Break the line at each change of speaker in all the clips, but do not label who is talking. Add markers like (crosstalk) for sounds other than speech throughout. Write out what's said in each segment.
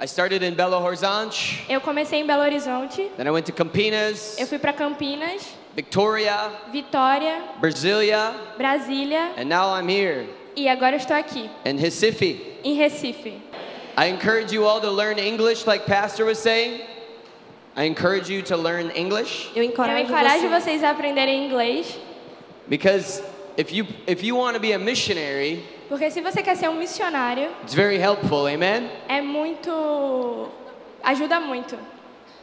I started in Belo Horizonte,
Eu comecei em Belo Horizonte,
then I went to Campinas,
eu fui para Campinas,
Victoria,
Vitória,
Brasilia,
Brasília
and now I'm here
e agora estou aqui,
in Recife.
em Recife.
I encourage you all to learn English, like Pastor was saying. I encourage you to learn English
Eu
Eu
encorajo,
encorajo
você.
vocês a aprenderem inglês,
because if you if you want to be a missionary,
porque se você quer ser um missionário,
it's very helpful. Amen.
é muito. ajuda muito.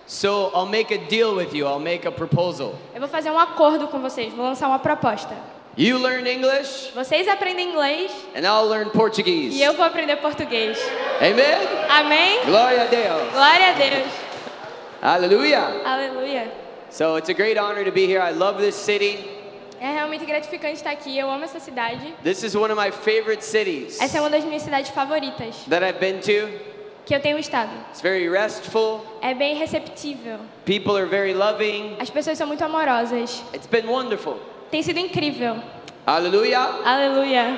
So I'll make a deal with you. I'll make a proposal.
Eu vou fazer um acordo com vocês, vou lançar uma proposta.
You learn English,
Vocês aprendem inglês
and I'll learn Portuguese.
e eu vou aprender português.
Amen.
Amém?
Gloria a Deus.
Glória a Deus.
Hallelujah.
Aleluia.
So it's a great honor to be here. I love this city.
É realmente gratificante estar aqui. Eu amo essa cidade.
This is one of my favorite cities
Essa é uma das minhas cidades favoritas
that I've been to.
que eu tenho estado.
It's very restful.
É bem receptível.
People are very loving.
As pessoas são muito amorosas.
It's been wonderful.
Tem sido incrível.
Hallelujah.
Aleluia.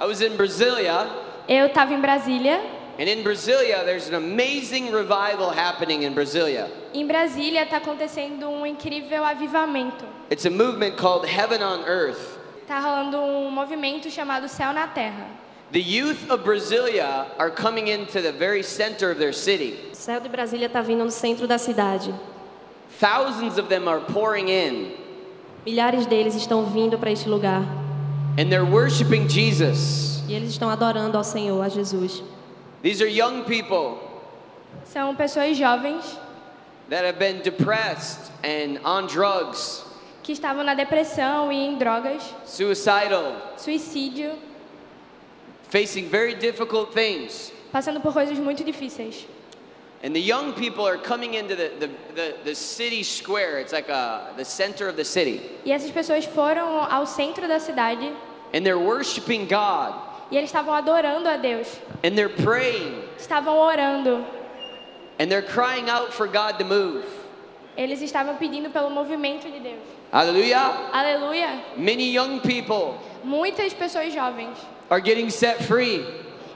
I was in Brasilia,
Eu estava em Brasília.
and in Brasilia, there's an amazing revival happening in Brasilia.
Em Brasília está acontecendo um incrível avivamento.
It's a movement called Heaven on Earth.
Tá rolando um movimento chamado Céu na Terra.
The youth of Brasilia are coming into the very center of their city.
O céu de Brasília está vindo no centro da cidade.
Thousands of them are pouring in,
Milhares deles estão vindo para este lugar.
and they're worshiping Jesus.
E eles estão adorando ao Senhor, a Jesus.
These are young people
São pessoas jovens
that have been depressed and on drugs,
que estavam na depressão e em drogas,
suicidal,
suicídio,
facing very difficult things.
passando por coisas muito difíceis.
And the young people are coming into the, the, the, the city square. It's like a, the center of the city.
E essas pessoas foram ao centro da cidade
And they're worshiping God.
e eles estavam adorando a Deus,
And they're praying.
estavam orando,
And they're crying out for God to move.
eles estavam pedindo pelo movimento de Deus.
Hallelujah.
Aleluia!
Many young people
Muitas pessoas jovens
are getting set free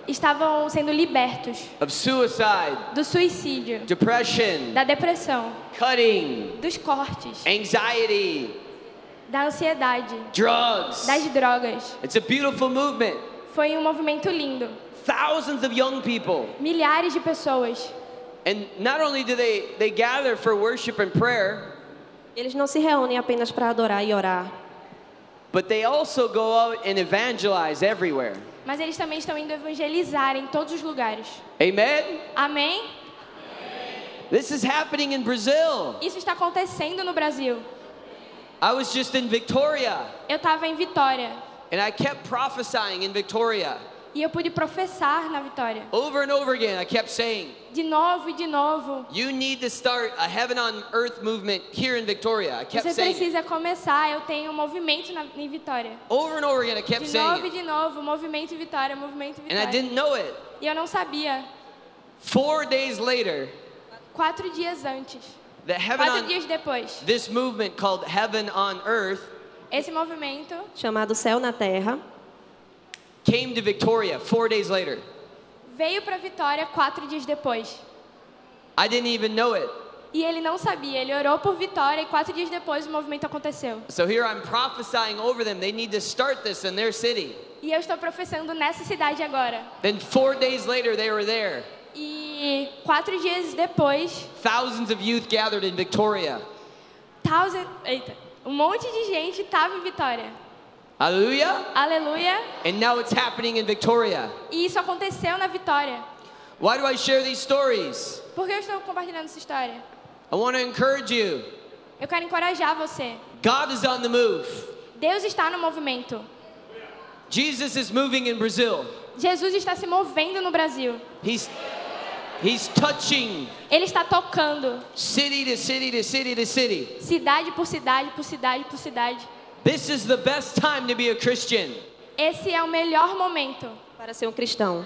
estavam sendo libertos
of suicide,
do suicídio,
depression,
da depressão,
cutting,
dos cortes,
anxiety,
da ansiedade,
drugs.
das drogas.
It's a beautiful movement.
Foi um movimento lindo.
Thousands of young people.
Milhares de pessoas.
And not only do they, they gather for worship and prayer,
Eles não se reúnem apenas para adorar e orar.
But they also go out and evangelize everywhere.
Mas eles também estão indo evangelizar em todos os lugares.
Amen?
Amém?
This is happening in Brazil.
Isso está acontecendo no Brasil.
I was just in Victoria
Eu estava em Vitória
and I kept prophesying in Victoria.
e eu pude professar na Vitória.
Over and over again, I kept saying,
De novo e de novo.
You need to start a heaven on earth movement here in Victoria. I kept
Você
saying it.
precisa começar. Eu tenho um movimento na, em Vitória.
Over and over again, I kept
De novo
saying
e
it.
de novo. Movimento em Vitória, movimento em
And I
Vitória.
didn't know it.
E eu não sabia.
Four days later,
Quatro dias antes,
the heaven
quatro
on
dias depois,
this movement called Heaven on Earth
esse movimento
Chamado Céu na Terra.
came to Victoria four days later.
veio para Vitória quatro dias depois.
I didn't even know it.
E ele não sabia. Ele orou por Vitória e quatro dias depois o movimento aconteceu.
So here I'm prophesying over them. They need to start this in their city.
E eu estou professando nessa cidade agora.
Then four days later, they were there.
E quatro dias depois,
Thousands of youth gathered in Victoria.
thousand, eita, um monte de gente estava em Vitória.
Hallelujah.
Aleluia!
And now it's happening in Victoria.
E isso aconteceu na Vitória.
Why do I share these stories?
Por que eu estou compartilhando essa história?
I want to encourage you.
Eu quero encorajar você.
God is on the move.
Deus está no movimento.
Jesus is moving in Brazil.
Jesus está se movendo no Brasil.
He's He's touching
Ele está tocando
city to city to city to city.
cidade por cidade, por cidade, por cidade.
This is the best time to be a Christian.
Esse é o melhor momento.
Para ser um cristão.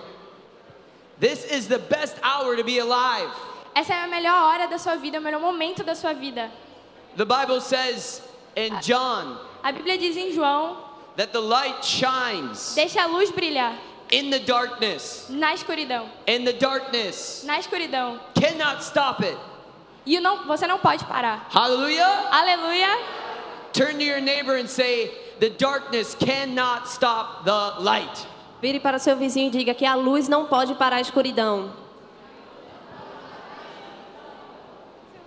This is the best hour to be alive.
Essa é a melhor hora da sua vida, o melhor momento da sua vida.
The Bible says in John
A Bíblia diz em João:
that the light shines
deixa a luz brilhar
in the darkness,
na escuridão,
in the darkness,
na escuridão.
cannot stop it.
E não, você não pode parar.
Hallelujah.
Aleluia!
Turn to your neighbor and say, The darkness cannot stop the light.
Vire para seu vizinho e diga que a luz não pode parar a escuridão.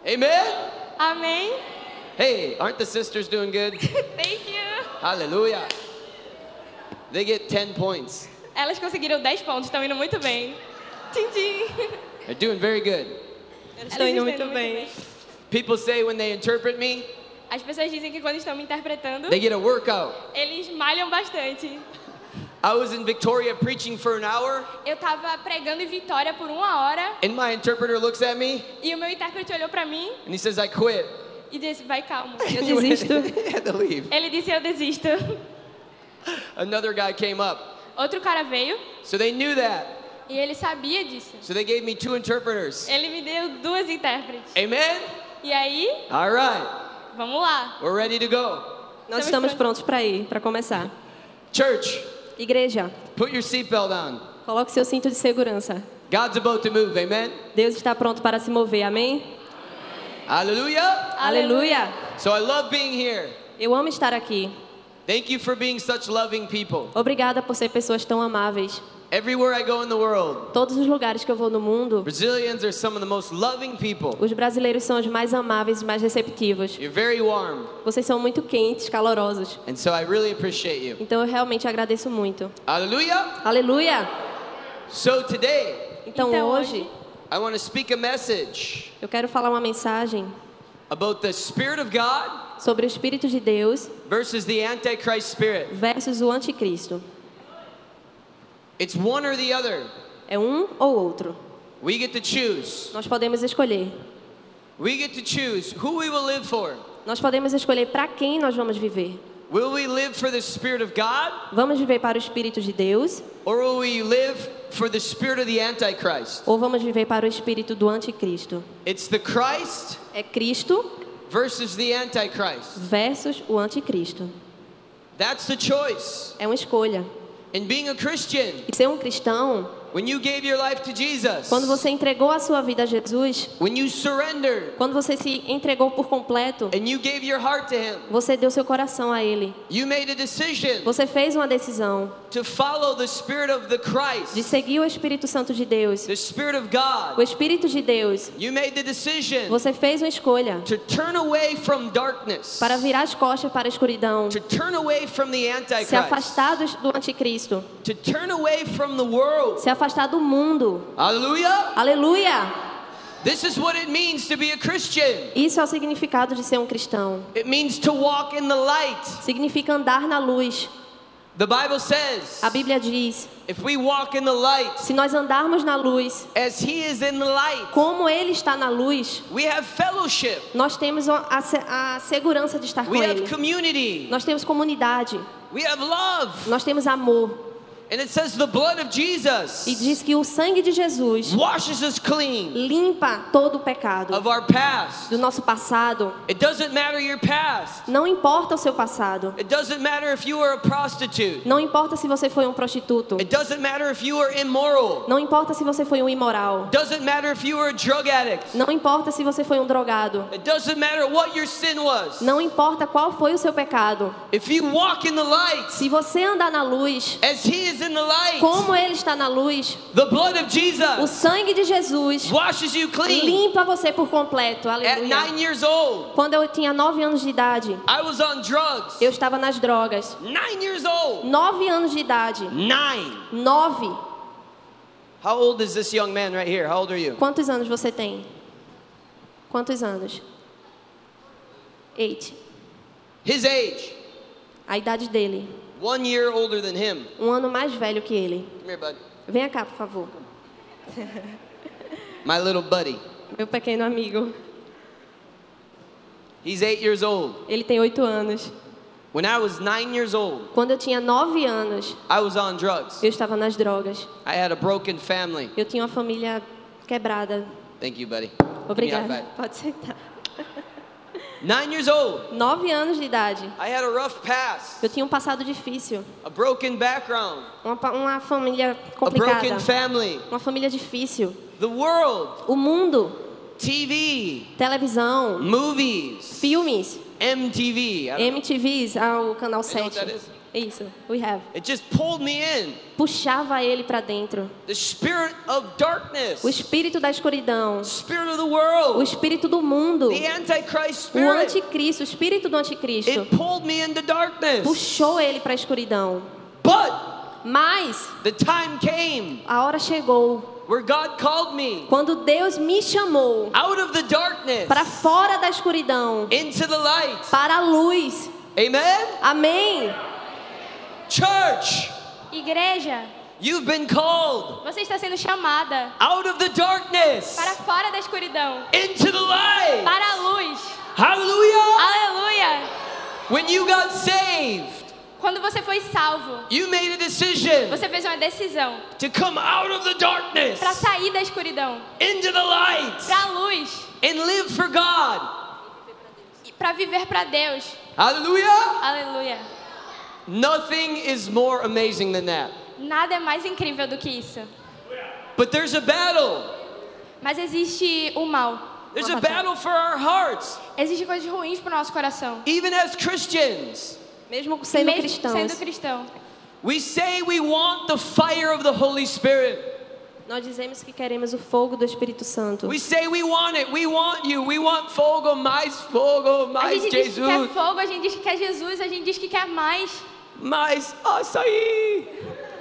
Amen.
Amém.
Hey, aren't the sisters doing good? (laughs)
Thank you.
Hallelujah. They get 10 points.
Elas conseguiram 10 pontos, estão indo muito bem. Tchim, tchim.
They're doing very good.
Eles
Elas
People say when they interpret me,
As pessoas dizem que quando estão me interpretando,
they get a workout.
eles malham bastante.
I was in Victoria preaching for an hour,
Eu tava pregando em Vitória por uma hora
and my interpreter looks at me
e o meu intérprete olhou pra mim
and he says, I quit.
e disse: Vai calmo.
Eu
(laughs)
desisto.
I had to leave.
Ele disse: Eu desisto.
Another guy came up.
Outro cara veio
So they knew that.
e ele sabia disso.
So they gave me two interpreters.
Ele me deu duas intérpretes.
Amen?
E aí,
All right.
vamos lá.
We're ready to go.
Nós estamos prontos para ir, para começar.
Church,
Igreja,
put your seatbelt on.
coloque seu cinto de segurança.
God's about to move. Amen?
Deus está pronto para se mover, amém?
Hallelujah.
Aleluia!
So I love being here.
Eu amo estar aqui.
Thank you for being such loving people.
Obrigada por ser pessoas tão amáveis.
Everywhere I go in the world,
Todos os lugares que eu vou no mundo,
Brazilians are some of the most loving people.
os brasileiros são os mais amáveis e mais receptivos.
You're very warm,
Vocês são muito quentes, calorosos.
and so I really appreciate you.
Então eu realmente agradeço muito.
Hallelujah.
Aleluia!
So today,
Então,
Então,
hoje
I want to speak a message
eu quero falar uma mensagem
about the Spirit of God
sobre o Espírito de Deus
versus the Antichrist Spirit.
versus o anticristo.
It's one or the other.
É um ou outro.
We get to choose.
Nós podemos escolher.
We get to choose who we will live for.
Nós podemos escolher para quem nós vamos viver.
Will we live for the Spirit of God
Vamos viver para o Espírito de Deus
or will we live for the Spirit of the Antichrist?
ou vamos viver para o Espírito do anticristo?
It's the Christ
É Cristo
versus the Antichrist.
versus o anticristo.
That's the choice.
É uma escolha.
And being a Christian,
E ser um cristão,
When you gave your life to Jesus,
quando você entregou a sua vida a Jesus,
when you surrendered
quando você se entregou por completo,
and you gave your heart to Him,
você deu seu coração a Ele.
you made a decision
Você fez uma decisão
to follow the Spirit of the Christ,
de seguir o Espírito Santo de Deus,
the Spirit of
o
God.
Espírito de Deus.
You made the decision
Você fez uma escolha
to turn away from darkness,
para virar as costas para a escuridão,
to turn away from the
se
Antichrist,
afastar do do anticristo,
to turn away from the world.
se afastar do mundo.
Hallelujah!
Aleluia!
This is what it means to be a Christian.
Isso é o significado de ser um cristão.
It means to walk in the light.
Significa andar na luz.
The Bible says,
A Bíblia diz:
if we walk in the light,
se nós andarmos na luz,
as He is in the light,
como Ele está na luz,
We have fellowship.
nós temos a, a se- a segurança de estar
We
com
have
Ele.
community.
Nós temos comunidade,
We have love.
nós temos amor.
And it says the blood of
E
Jesus
diz que o sangue de Jesus
washes us clean
limpa todo o pecado
of our past.
do nosso passado.
It doesn't matter your past.
Não importa o seu passado.
It doesn't matter if you were a prostitute.
Não importa se você foi um prostituto.
It doesn't matter if you were immoral.
Não importa se você foi um imoral.
It doesn't matter if you were a drug addict.
Não importa se você foi um drogado.
It doesn't matter what your sin was.
Não importa qual foi o seu pecado.
If you walk in the light
Se você andar na luz,
as he is in the light,
como ele está na luz,
the blood of
o
Jesus
sangue de Jesus
washes you clean.
limpa você por completo.
At
Aleluia.
nine years old,
Quando eu tinha nove anos de idade,
I was on drugs.
eu estava nas drogas.
Nine years old.
Nove anos de idade.
Nine.
Nove.
How old is this young man right here? How old are you?
Quantos anos você tem? Quantos anos? Eight.
His age.
A idade dele.
One year older than him.
Um ano mais velho que ele.
Come here, bud.
Venha cá, por favor.
My little buddy.
Meu pequeno amigo.
He's eight years old.
Ele tem oito anos.
When I was nine years old,
Quando eu tinha nove anos,
I was on drugs.
eu estava nas drogas.
I had a broken family.
Eu tinha uma família quebrada.
Thank you, buddy. Give me a high
Obrigada.
five.
Pode sentar.
Nine years old.
Nove anos de idade.
I had a rough past,
Eu tinha um passado difícil,
a broken background,
uma, pa- uma família
a broken
complicada,
family,
uma família difícil.
the world,
O mundo,
TV,
televisão,
movies,
filmes,
MTV. I don't know.
MTVs, ah, o canal
You know what
7.
that is?
Isso, we have.
It just pulled me in.
Puxava ele pra dentro.
The spirit of
O
darkness,
espírito da escuridão,
spirit of the
o
world,
espírito do mundo,
the antichrist
o
spirit.
anticristo, o espírito do anticristo.
It pulled me into darkness.
Puxou ele pra escuridão.
But
Mas
the time came
a hora chegou
where God called me
quando Deus me chamou
out of the darkness
para fora da escuridão,
into the light.
para a luz.
Amen?
Amém.
Church,
Igreja,
you've been called
você está sendo chamada
out of the darkness
para fora da escuridão,
into the light.
para a luz.
Hallelujah!
Aleluia!
When you got saved,
Quando você foi salvo,
you made a decision
você fez uma decisão
to come out of the darkness
para sair da escuridão,
into the light
para a luz
and live for God.
e para viver para Deus.
Hallelujah!
Aleluia!
Nothing is more amazing than that.
Nada é mais incrível do que isso.
But there's a battle.
Mas existe o mal.
There's a battle for our hearts,
Existem coisas ruins pro nosso coração.
even as Christians.
Mesmo sendo
mesmo
cristãos,
sendo cristão.
We say we want the fire of the Holy Spirit.
nós dizemos que queremos o fogo do Espírito Santo.
We say we want it. We want you. We want fogo, mais fogo,
A
mais
gente diz que quer
Jesus,
fogo, a gente diz que quer Jesus, a gente diz que quer mais.
mais açaí.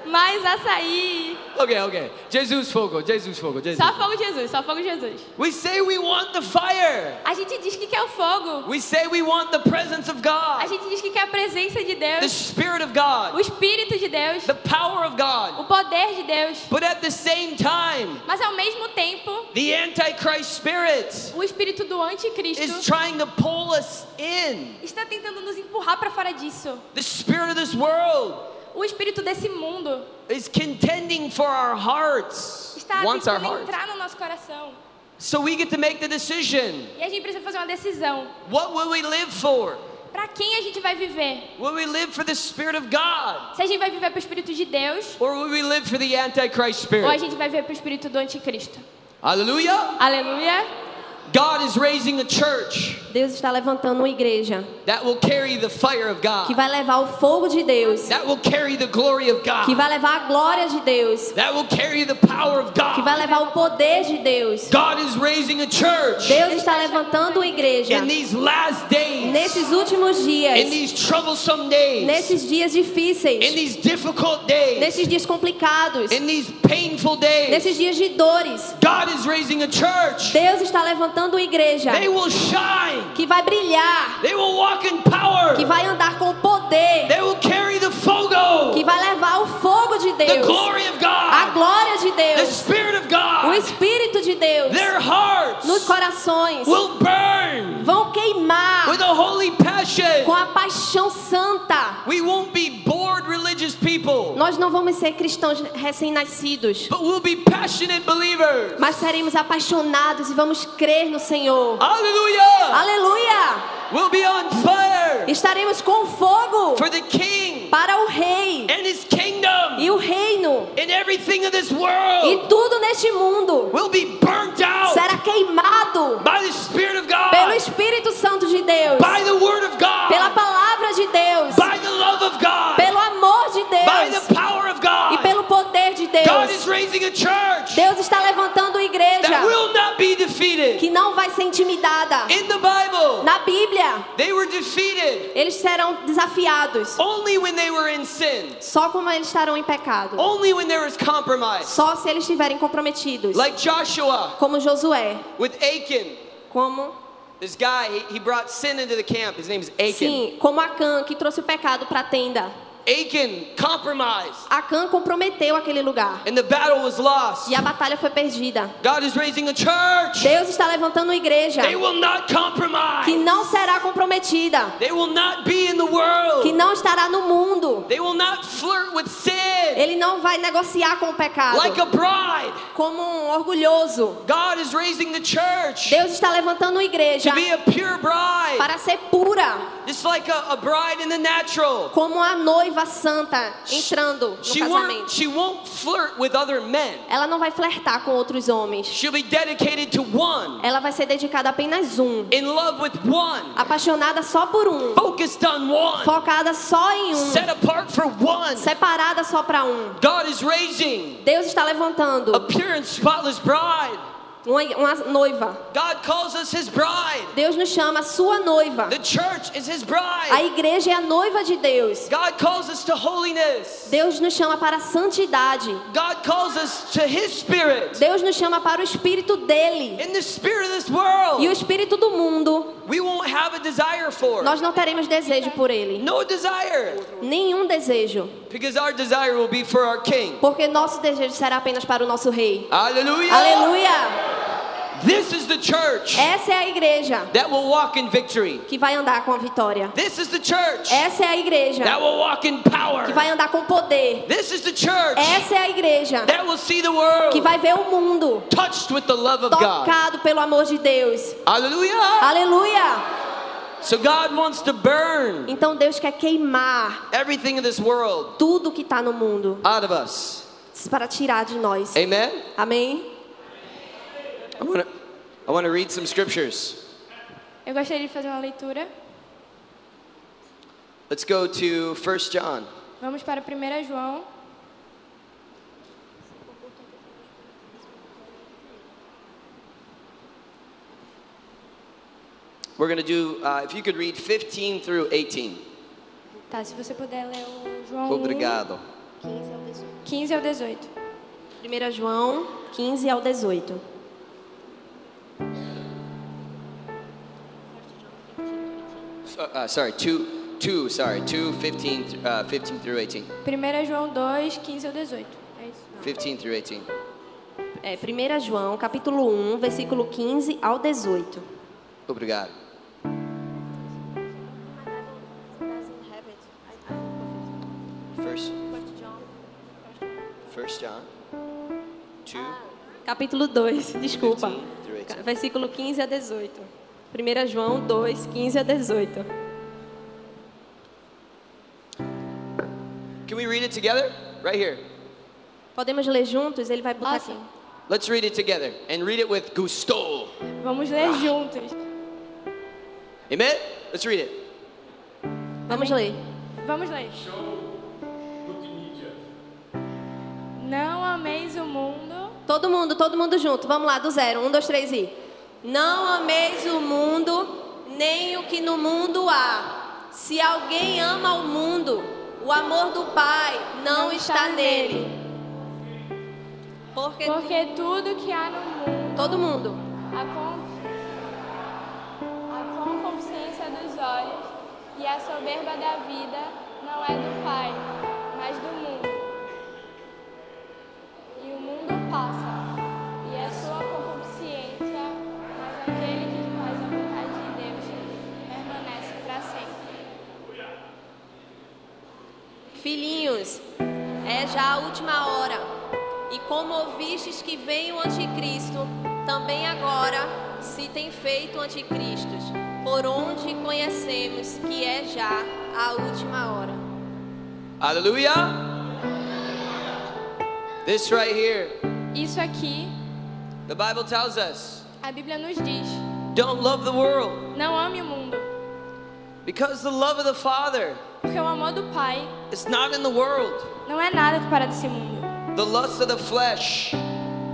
Mais açaí.
Okay, okay. Jesus fogo, Jesus fogo, Jesus.
Só fogo Jesus, só fogo Jesus.
We say we want the fire.
A gente diz que quer o fogo.
We say we want the presence of
A
God,
gente diz que quer a presença de
the
Deus,
Spirit of
o
God,
Espírito de Deus,
the power of God.
o poder de Deus.
But at the same time,
Mas ao mesmo tempo,
the Antichrist Spirit
o espírito do
is
anticristo
trying to pull us in.
está tentando nos empurrar para fora disso.
The Spirit of this world
O espírito desse mundo
is contending for our hearts,
está
wants our
tentando
hearts.
entrar no nosso coração.
So we get to make the decision.
E a gente precisa fazer uma decisão.
What will we live for?
Para quem a gente vai viver?
Will we live for the Spirit of God?
Se a gente vai viver para o espírito de Deus
Or will we live for the Antichrist
ou a
Spirit?
gente vai viver para o espírito do anticristo?
Hallelujah!
Aleluia!
God is raising a church
Deus está levantando uma igreja
that will carry the fire of
que
God,
vai levar o fogo de Deus,
that will carry the glory of
que
God,
vai levar a glória de Deus,
that will carry the power of
que vai
God.
levar o poder de Deus.
God is raising a church
Deus está levantando uma igreja
in these last days,
nesses últimos
in
dias,
these troublesome days,
nesses dias
in
difíceis,
these difficult days,
nesses dias complicados,
in these painful days.
nesses dias de dores.
God is raising a church.
Deus está levantando uma igreja
They will shine.
que vai brilhar,
They will walk in power.
que vai andar com poder,
They will carry the fogo,
que vai levar o fogo de
the
Deus,
glory of
a
God,
glória de
the
Deus,
Spirit of
o
God.
Espírito de Deus
Their hearts
nos corações.
will burn
Vão queimar
with a holy passion.
com a paixão santa.
We won't be bored religious people,
Nós não vamos ser cristãos recém-nascidos,
but we'll be passionate believers.
mas seremos apaixonados e vamos crer no Senhor.
Hallelujah!
Aleluia!
We'll be on fire
Estaremos com fogo
for the King
para o Rei
and His kingdom
e o reino
and everything of this world.
e tudo neste mundo
We'll be burnt out
será queimado
by the Spirit of
pelo
God,
Espírito Santo de Deus,
by the Word of
pela
God,
palavra de Deus,
by the love of God.
pelo amor de
by
Deus
the power of
e
God.
pelo poder de
God
Deus.
is raising a church
Deus está levantando uma igreja
that will not be defeated.
que não vai ser intimidada.
In the Bible,
Na Bíblia,
they were defeated
eles serão desafiados
only when they were in sin,
só como eles estarão em pecado,
only when there was compromise.
só se eles estiverem comprometidos,
Like Joshua
como Josué,
with Achan,
como
this guy, he, he brought sin into the camp. His name is Achan.
sim, como Acã que trouxe o pecado para a tenda.
Achan compromised,
Acã comprometeu aquele lugar
and the battle was lost.
e a batalha foi perdida.
God is raising a church.
Deus está levantando uma igreja
They will not
que
compromise.
não será comprometida,
They will not be in the
que
world.
não estará no mundo,
They will not flirt with sin. sin
Ele não vai negociar com o pecado.
like a bride.
Como um orgulhoso.
God is raising the church
Deus está levantando uma igreja
to be a pure bride.
para ser pura,
It's like a, a bride in the natural.
como a noiva santa entrando no
She won't,
casamento.
she won't flirt with other men.
Ela não vai flertar com outros homens.
She'll be dedicated to one,
Ela vai ser dedicada a apenas um,
in love with one,
apaixonada só por um,
focused on one,
focada só em um,
set apart for one.
separada só para um.
God is raising
Deus está levantando
a pure and spotless bride.
uma, uma noiva.
God calls us his bride.
Deus nos chama sua noiva.
The church is his
A
bride.
igreja é a noiva de Deus.
God calls us to holiness.
Deus nos chama para a santidade.
God calls us to his spirit.
Deus nos chama para o espírito dele.
In the spirit of this
E o
world,
espírito do mundo,
we won't have a desire for.
nós não teremos desejo por ele.
No desire.
Nenhum desejo.
Because our desire will be for our king.
Porque nosso desejo será apenas para o nosso rei.
Hallelujah.
Aleluia!
This is the church
Essa é a igreja
that will walk in victory.
que vai andar com a vitória.
This is the church
Essa é a igreja
that will walk in power.
que vai andar com poder.
This is the church
Essa é a igreja
that will see the world
que vai ver o mundo
touched with the love of God.
tocado pelo amor de Deus.
Hallelujah.
Aleluia!
So God wants to burn
Então Deus quer queimar
everything in this world
tudo que está no mundo
out of us.
para tirar de nós.
Amen.
Amém?
I want to I want to read some scriptures.
Eu gostaria de fazer uma leitura.
Let's go to 1 John.
Vamos para 1 João.
We're going to do uh, if you could read 15 through 18.
Tá, se você puder ler o João 1,
Obrigado.
15 ao 18.
1 João 15 ao 18.
So- uh, sorry, 2 2 sorry, 2 15 th- uh, 15 through 18.
1 João 2, 15 ao 18. É isso.
15 through 18.
É, 1 João, capítulo 1, versículo 15 ao 18.
Obrigado. First First John 2
Capítulo 2, desculpa.
15 through 18.
Versículo 15 a 18. 1 João 2, 15 a 18.
Can we read it together? Right here.
Podemos ler juntos? Ele vai botar
Ah,
aqui.
sim.
Let's read it together and read it with gusto.
Vamos ler
Ah.
juntos.
Amen? Let's read it.
Vamos ler.
Vamos ler. Não ameis o mundo,
Todo mundo, todo mundo junto. Vamos lá, do zero. Um, dois, três e. Não ameis o mundo, nem o que no mundo há. Se alguém ama o mundo, o amor do Pai não,
Não
está,
está
nele. Porque
porque tudo que há no mundo,
todo mundo.
a com, a concupiscência dos olhos e a soberba da vida não é do Pai, mas do mundo. E o mundo passa, e a sua concupiscência, mas aquele que faz a vontade de Deus permanece para sempre.
Filhinhos, é já a última hora. E como ouvistes que vem o anticristo, também agora se tem feito anticristos, por onde conhecemos que é já a última hora.
Hallelujah. This right here.
Isso aqui,
The Bible tells us
a Bíblia nos diz:
don't love the world
não ame o mundo,
because the love of the Father
porque o amor do Pai
is not in the world.
não é nada para desse mundo.
The lust of the flesh,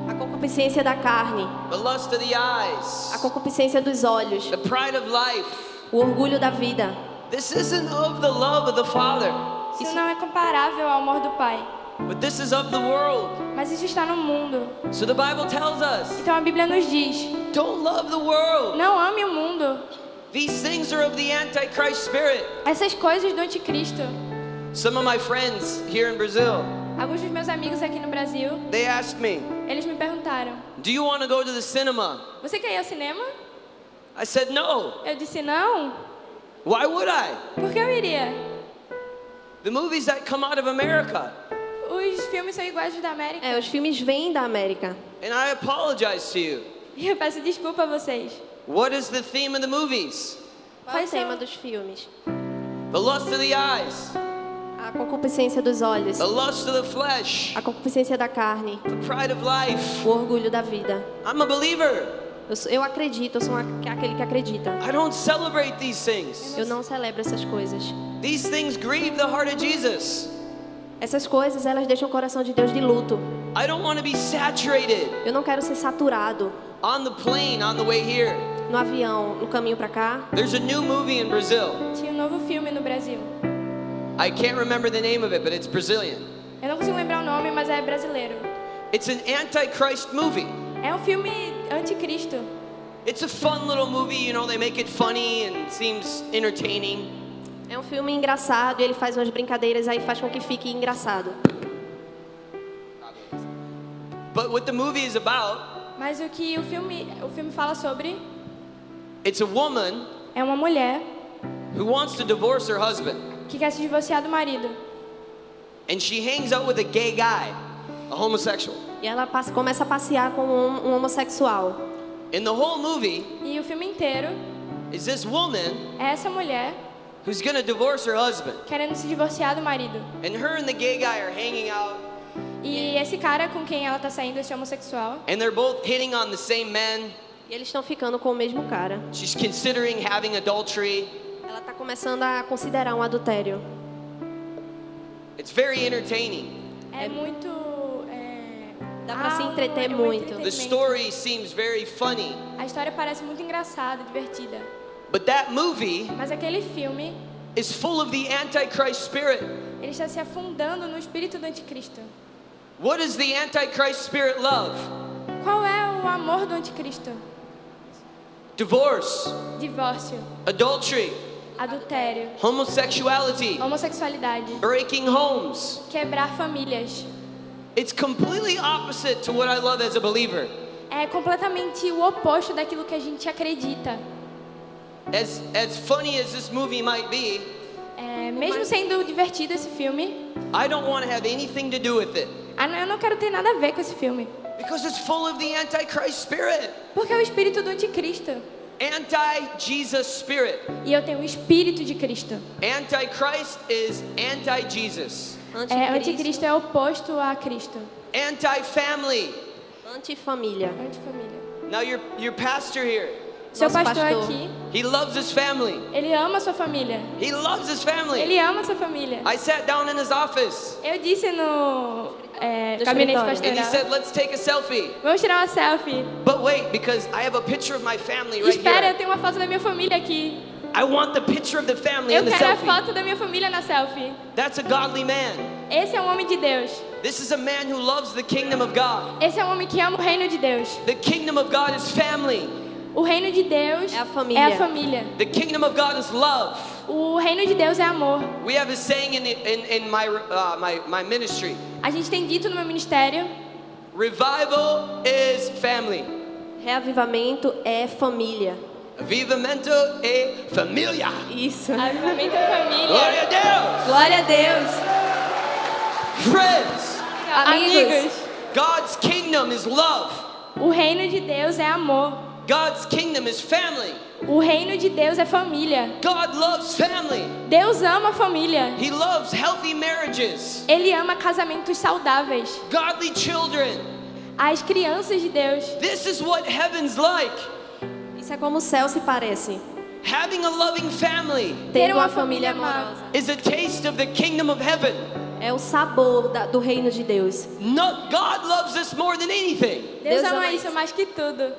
A concupiscência da carne,
the lust of the eyes,
a concupiscência dos olhos,
the pride of life.
o orgulho da vida.
This isn't of the love of the Father,
Isso não é comparável ao amor do Pai,
but this is of the world.
mas isso está no mundo.
So the Bible tells us
Então a Bíblia nos diz:
don't love the world.
não ame o mundo.
These things are of the Antichrist spirit.
Essas coisas do anticristo.
Some of my friends here in Brazil,
Alguns dos meus amigos aqui no Brasil,
they asked me,
eles me perguntaram:
Do you want to go to the cinema?
você quer ir ao cinema?
I said, No.
Eu disse: não.
Why would I?
Por que eu iria?
The movies that come out of America.
Os os filmes são iguais aos da América. (laughs)
É, os filmes vêm da América.
And I apologize to you.
E eu peço desculpa a vocês.
What is the theme of the movies?
Qual é o
Quais são?
tema dos filmes?
The lust of the eyes,
A concupiscência dos olhos,
the lust of the flesh,
a concupiscência da carne,
the pride of life.
o orgulho da vida.
I'm a believer.
Eu, sou- eu acredito, eu sou uma- aquele que acredita.
I don't celebrate these things.
Eu não celebro essas coisas.
These things grieve the heart of Jesus.
Essas coisas, elas deixam o coração de Deus de luto.
I don't want to be saturated
Eu não quero ser saturado
on the plane on the way here.
no avião, no caminho pra cá.
There's a new movie in Brazil.
Tinha um novo filme no Brasil.
I can't remember the name of it, but it's Brazilian.
Eu não consigo lembrar o nome, mas é brasileiro.
It's an antichrist movie.
É um filme anticristo.
It's a fun little movie, you know, they make it funny and seems entertaining.
É um filme engraçado, e ele faz umas brincadeiras aí faz com que fique engraçado.
But what the movie is about,
Mas o que o filme, o filme fala sobre
it's a woman
é uma mulher
who wants to divorce her husband
que quer se divorciar do marido.
and she hangs out with a gay guy, a homosexual.
E ela passa- começa a passear com um, um homossexual.
In the whole movie
E o filme inteiro
is this woman
é essa mulher
who's going to divorce her husband
querendo se divorciar do marido.
and her and the gay guy are hanging out
E esse cara com quem ela tá saindo, esse homossexual,
and they're both hitting on the same men.
E eles estão ficando com o mesmo cara.
She's considering having adultery.
Ela tá começando a considerar um adultério.
It's very entertaining.
é, muito. é,
Dá pra se
algo,
entreter
é um
muito.
The
entretenimento.
story seems very funny,
A história parece muito engraçada, divertida.
but that movie
Mas aquele filme,
is full of the antichrist spirit.
ele está se afundando no espírito do anticristo.
What does the antichrist spirit love?
Qual é o amor do anticristo?
Divorce,
Divórcio,
adultery,
adultério,
homosexuality,
homossexualidade,
breaking homes.
quebrar famílias.
It's completely opposite to what I love as a believer.
É completamente o oposto daquilo que a gente acredita.
As as funny as this movie might be,
É, mesmo sendo divertido esse filme,
I don't want to have anything to do with it
ah, não, eu não quero ter nada a ver com esse filme.
because it's full of the antichrist spirit,
Porque é o espírito do anticristo.
anti-Jesus spirit.
E eu tenho o espírito de Cristo.
Antichrist is anti-Jesus,
É, anticristo é oposto a Cristo.
anti-family.
Antifamília.
Antifamília.
Now your your pastor here,
É Seu
Nosso
pastor,
pastor.
aqui,
he loves his family.
ele ama sua família.
He loves his family.
Ele ama sua família.
I sat down in his office
Eu disse no é,
No
gabinete
escritório.
and he
pastoral.
said, "Let's take a selfie."
Vamos tirar uma selfie.
But wait, because I have a picture of my family right
Espera,
here.
eu tenho uma foto da minha família aqui.
I want the picture of the family
Eu
in the
quero a
selfie.
foto da minha família na selfie.
That's a godly man.
Esse é um homem de Deus.
This is a man who loves the kingdom of God.
Esse é um homem que ama o reino de Deus.
The kingdom of God is family.
O reino de Deus
É a família.
é a família.
The kingdom of God is love.
O reino de Deus é amor.
We have a saying in, in, in my, uh, my, my ministry
A gente tem dito no meu ministério,
revival is family.
Reavivamento é família.
Avivamento e familia.
Isso.
avivamento é família.
Glória a Deus.
Glória a Deus.
Friends,
Amigos.
God's kingdom is love.
O reino de Deus é amor.
God's kingdom is family.
O reino de Deus é família.
God loves family.
Deus ama a família.
He loves healthy marriages,
Ele ama casamentos saudáveis.
godly children.
As crianças de Deus.
This is what heaven's like.
Isso é como o céu se parece.
Having a loving family
Ter
Ter
uma
uma
família
família
amorosa.
is a taste of the kingdom of heaven.
É o sabor da- do reino de Deus.
No, God loves us more than anything.
Deus, ama isso mais que tudo.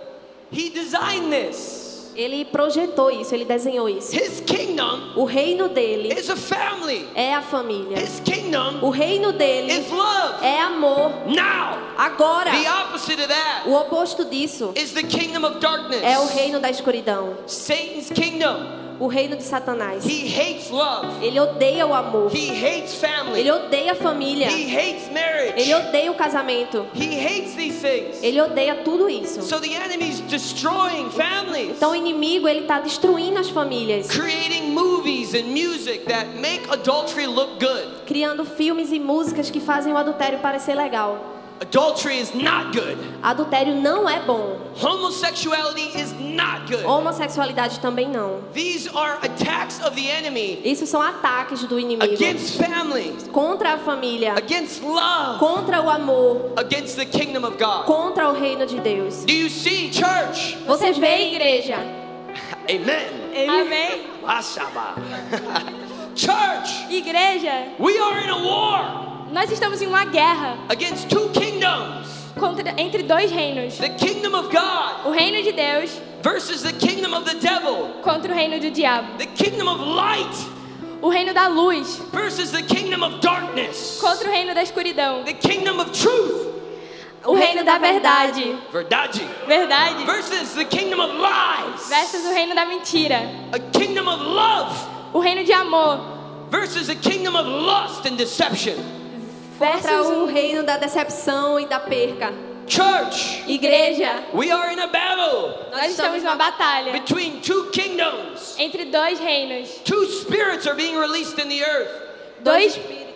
He designed this.
Ele projetou isso, ele desenhou isso.
His kingdom
O reino dele
is a family.
é a família.
His kingdom
O reino dele
is love.
é amor.
Now,
Agora,
the opposite of that
o oposto disso
is the kingdom of darkness.
é o reino da escuridão.
Satan's kingdom.
o reino de Satanás.
He hates love.
Ele odeia o amor.
He hates family.
Ele odeia a família.
He hates marriage.
Ele odeia o casamento.
He hates these things.
Ele odeia tudo isso.
So the enemy's destroying families.
Então o inimigo ele está destruindo as famílias,
creating movies and music that make adultery look good.
criando filmes e músicas que fazem o adultério parecer legal.
Adultery is not good.
Adultério não é bom.
Homosexuality is not good.
Homossexualidade também não.
These are attacks of the enemy
Isso são ataques do inimigo
against family,
contra a família,
against love,
contra o amor,
against the kingdom of God.
contra o reino de Deus.
Do you see, church?
Você vê, igreja?
Amen.
Amém?
Wasaba. (laughs) church,
Igreja,
we are in a war
nós estamos em uma guerra
against two kingdoms
contra, entre dois reinos:
the kingdom of God
o reino de Deus
versus the kingdom of the devil,
contra o reino do diabo,
the kingdom of light
o reino da luz
versus the kingdom of darkness,
contra o reino da escuridão,
the kingdom of truth,
o reino da verdade,
verdade,
verdade,
versus the kingdom of lies,
versus o reino da mentira,
a kingdom of love
o reino de amor
versus a kingdom of lust and deception.
Contra
versus
o
o
reino da decepção e da perca.
Church,
igreja.
we are in a battle
Nós estamos numa batalha
between two kingdoms.
entre dois reinos.
Two spirits are being released in the earth
Dois
Dois-
espíritos.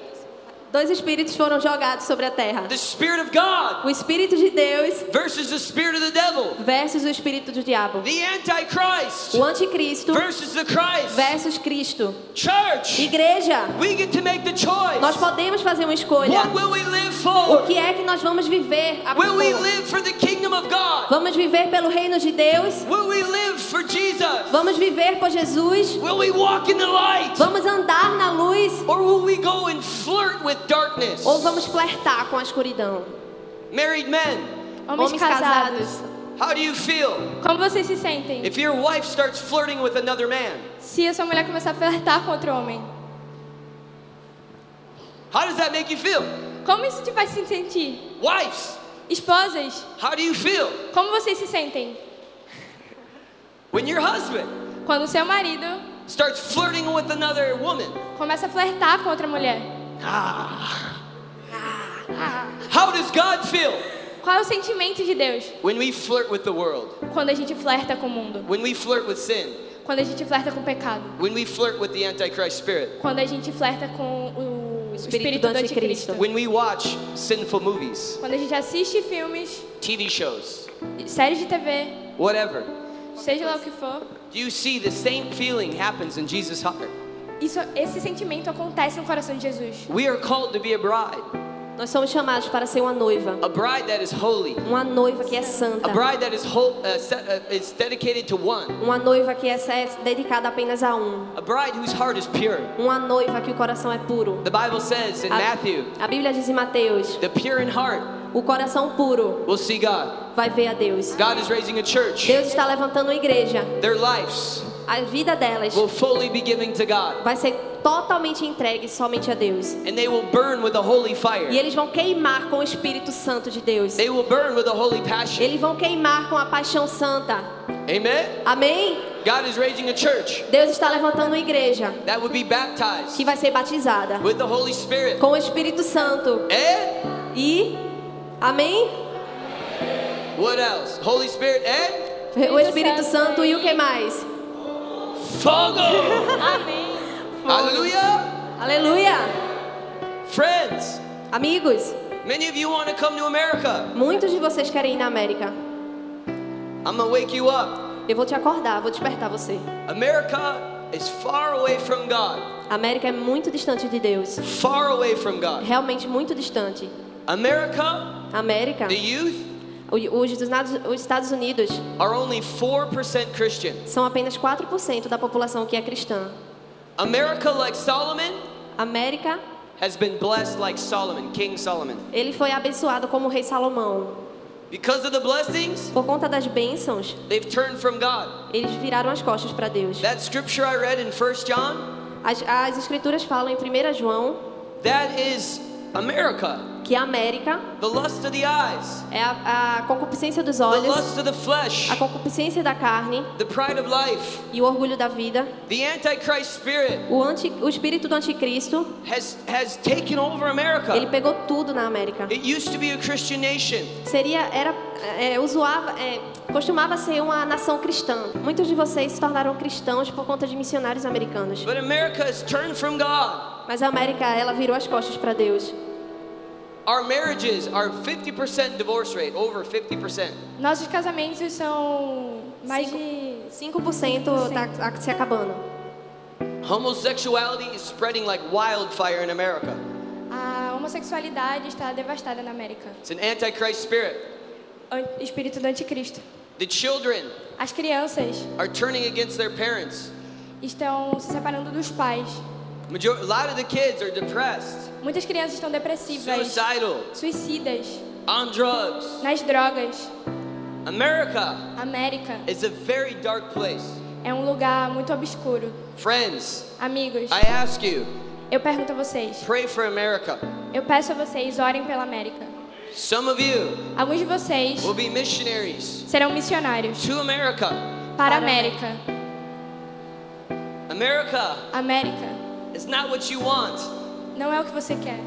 Dois espíritos foram jogados sobre a terra.
the Spirit of God
O espírito de Deus
versus the Spirit of the devil,
versus o espírito do diabo.
the Antichrist
O anticristo
versus the Christ.
versus Cristo.
Church,
Igreja,
we get to make the
nós
choice.
podemos fazer uma escolha.
What will we live
O
for?
que é que nós vamos viver a
Will we
futuro?
live for the kingdom of God?
Vamos viver pelo reino de Deus?
Will we live for Jesus?
Vamos viver por Jesus?
Will we walk in the light?
Vamos andar na luz?
Or will we go and flirt with darkness?
Ou vamos flertar com a escuridão?
Married men,
Homens, casados.
how do you feel
Como vocês se sentem?
if your wife starts flirting with another man?
Se a sua mulher começar a flertar com outro homem,
How does that make you feel?
como isso te faz se sentir?
Wives,
Esposas,
how do you feel
como vocês se sentem?
when your husband
Quando seu marido
starts flirting with another woman?
começa a flertar com outra mulher,
Ah. How does God feel
qual é o sentimento de Deus
when we flirt with the world?
quando a gente flerta com o mundo?
When we flirt with sin?
Quando a gente flerta com o pecado?
When we flirt with the Antichrist spirit?
Quando a gente flerta com o, o
espírito
espírito,
do
do anticristo?
anticristo.
When we watch sinful movies,
Quando a gente assiste filmes,
TV shows,
séries de TV,
whatever,
seja lá o que for,
you see the same feeling happens in Jesus' heart.
isso, esse sentimento acontece no coração de Jesus.
We are called to be a bride,
Nós somos chamados para ser uma noiva.
a bride that is holy,
Uma noiva que é
a
santa.
bride that is whole, uh, set, uh, is dedicated to one,
Uma noiva que é dedicada apenas a um.
a bride whose heart is pure.
Uma noiva que o coração é puro.
The Bible says in Matthew,
A, a Bíblia diz em Mateus:
the pure in heart
o coração puro
will see God.
vai ver a Deus.
God is raising a church.
Deus está levantando uma igreja.
Their lives
A vida delas
will fully be given to God,
vai ser totalmente entregue somente a Deus.
and they will burn with a holy
E
fire.
eles vão queimar com o Espírito Santo de Deus.
They will burn with a holy passion.
Eles vão queimar com a paixão santa.
Amen.
Amém?
God is raising a church
Deus está levantando uma igreja
that would be baptized
que vai ser batizada
with the Holy Spirit.
com o Espírito Santo.
And
E. Amém?
what else? Holy Spirit and
O Espírito Santo e o que mais?
Fogo.
Amém.
Hallelujah.
Aleluia!
Friends,
Amigos,
many of you want to come to America.
muitos de vocês querem ir na América.
I'm gonna wake you up.
Eu vou te acordar, vou despertar você.
America is far away from God.
A América é muito distante de Deus.
Far away from God.
Realmente muito distante.
America,
A América,
the youth
o- os Estados- os Estados Unidos
are only 4% Christian.
são apenas 4% da população que é cristã.
America, like Solomon,
América,
has been blessed like Solomon, King Solomon.
ele foi abençoado como o rei Salomão.
Because of the blessings,
Por conta das bênçãos,
they've turned from God.
eles viraram as costas para Deus.
That scripture I read in 1 John,
As, as escrituras falam em 1 João,
that is America.
que a América
the lust of the eyes,
é a, a concupiscência dos
the
olhos,
lust of the flesh,
a concupiscência da carne
the pride of life.
e o orgulho da vida.
The Antichrist spirit
O, anti, o espírito do anticristo,
has, has taken over
ele
America.
pegou tudo na América.
It used to be a Christian nation.
Seria, era, é, usuava, é, costumava ser uma nação cristã. Muitos de vocês se tornaram cristãos por conta de missionários americanos.
But America has turned from God.
Mas a América, ela virou as costas para Deus.
Our marriages are 50% divorce rate, over 50%.
Nossos casamentos são mais de
5% está tá se acabando.
Homosexuality is spreading like wildfire in America.
a homossexualidade está devastada na América.
It's an Antichrist spirit.
An- Espírito do anticristo.
The children
As crianças
are turning against their parents.
estão se separando dos pais.
Major- a lot of the kids are depressed,
Muitas crianças estão depressivas,
suicidal,
suicidas,
on drugs.
nas drogas.
America
A América
is a very dark place.
é um lugar muito obscuro.
Friends,
Amigos,
I ask you,
eu pergunto a vocês.
pray for America.
Eu peço a vocês, orem pela América.
Some of you
Alguns de vocês
will be missionaries
serão missionários
to America.
para a América.
America
América
is not what you want.
não é o que você quer.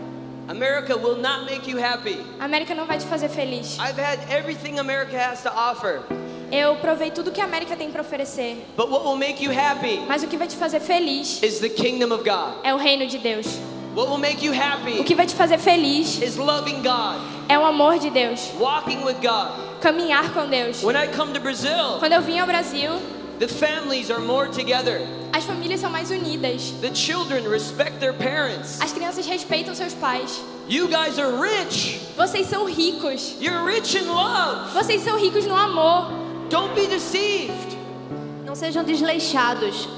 America will not make you happy.
A América não vai te fazer feliz.
I've had everything America has to offer,
Eu provei tudo que a América tem para oferecer,
but what will make you happy
mas o que vai te fazer feliz
is the kingdom of God.
é o reino de Deus.
What will make you
O
happy
que vai te fazer feliz
is loving God,
é o amor de Deus,
walking with God.
caminhar com Deus.
When I come to Brazil,
Quando eu vim ao Brasil,
the families are more together.
as famílias são mais unidas.
The children respect their parents.
As crianças respeitam seus pais.
You guys are rich.
Vocês são ricos.
You're rich in love.
Vocês são ricos no amor.
Don't be deceived.
Não sejam desleixados.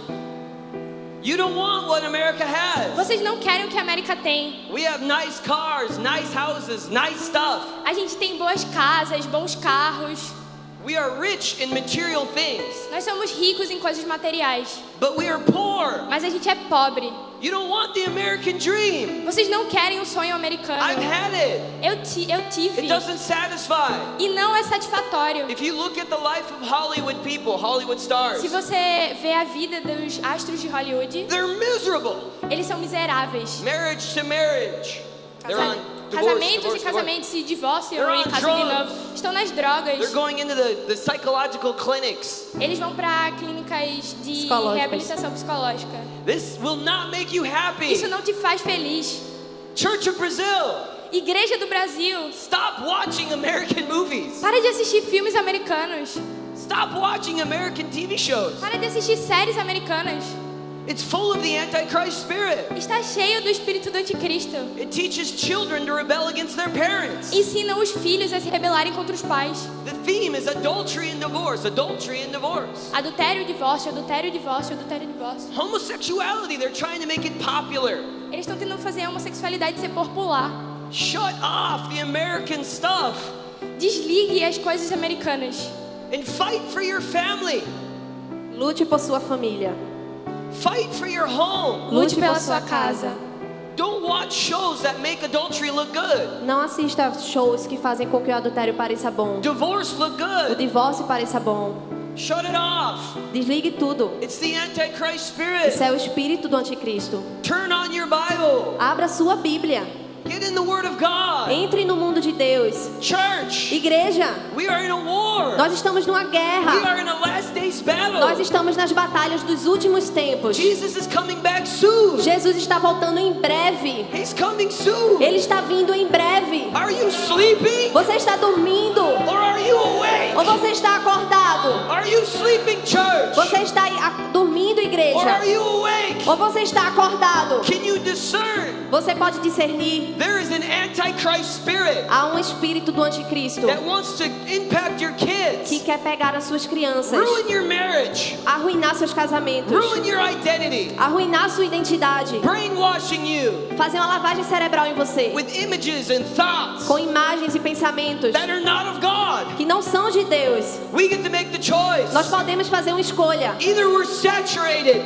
You don't want what America has.
Vocês não querem o que a América tem.
We have nice cars, nice houses, nice stuff.
A gente tem boas casas, bons carros.
We are rich in material things,
Nós somos ricos em coisas materiais,
but we are poor.
mas a gente é pobre.
You don't want the American dream.
Vocês não querem o sonho
I've
americano.
had Então it.
Eu, ti, eu tive.
It doesn't satisfy.
E não é satisfatório.
If you look at the life of Hollywood people, Hollywood
Se
stars,
você vê a vida dos astros de Hollywood,
they're miserable.
eles são miseráveis.
Marriage to marriage. They're
Casa-
on divorce, divorce,
Casamentos e
divorce.
casamentos e divórcio
They're on
e casam de
drugs.
novo. Estão nas
They're
drogas.
going into the, the psychological clinics.
Eles vão para clínicas de
Psicológicas.
reabilitação psicológica.
This will not make you happy.
Isso não te faz feliz.
Church of Brazil,
Igreja do Brasil,
stop watching American movies.
para de assistir filmes americanos.
Stop watching American TV shows.
Para de assistir séries americanas.
It's full of the Antichrist spirit.
Está cheio do espírito do anticristo.
It teaches children to rebel against their parents.
Ensina os filhos a se rebelarem contra os pais.
The theme is adultery and divorce, adultery and divorce.
Adultério, divórcio, adultério, divórcio, adultério, divórcio.
Homosexuality, they're trying to make it popular.
Eles estão tentando fazer a homossexualidade ser popular.
Shut off the American stuff
Desligue as coisas americanas.
and fight for your family.
Lute por sua família.
Fight for your home.
Lute
por
pela
sua
sua casa.
Don't watch shows that make adultery look good.
Não assista shows que fazem com que o adultério pareça bom.
Divorce look
O
good.
divórcio pareça bom.
Shut it off.
Desligue tudo.
It's the Antichrist
Isso
spirit.
é o espírito do anticristo.
Turn on your Bible.
Abra sua Bíblia.
Get in the Word of God.
Entre no mundo de Deus.
Church,
Igreja,
we are in a war.
nós estamos numa
We
guerra.
are in a last day's
Nós
battle.
estamos nas batalhas dos últimos tempos.
Jesus is coming back soon.
Jesus está voltando em breve.
He's coming soon.
Ele está vindo em breve.
Are you sleeping
Você está dormindo
or are you
ou
awake?
você está acordado?
Are you sleeping, church?
Você está a- dormindo,
Or
igreja?
are you awake?
Ou você está acordado?
Can you discern?
Você pode discernir
There is an Antichrist spirit
há um espírito do anticristo
that wants to impact your
que
kids,
quer pegar as suas crianças,
ruin your marriage,
arruinar seus casamentos,
ruin your identity,
arruinar sua identidade,
brainwashing you
fazer uma lavagem cerebral em você
with images and thoughts
com imagens e pensamentos
that are not of God.
que não são de Deus.
We get to make the
Nós
choice.
podemos fazer uma escolha.
Either we're saturated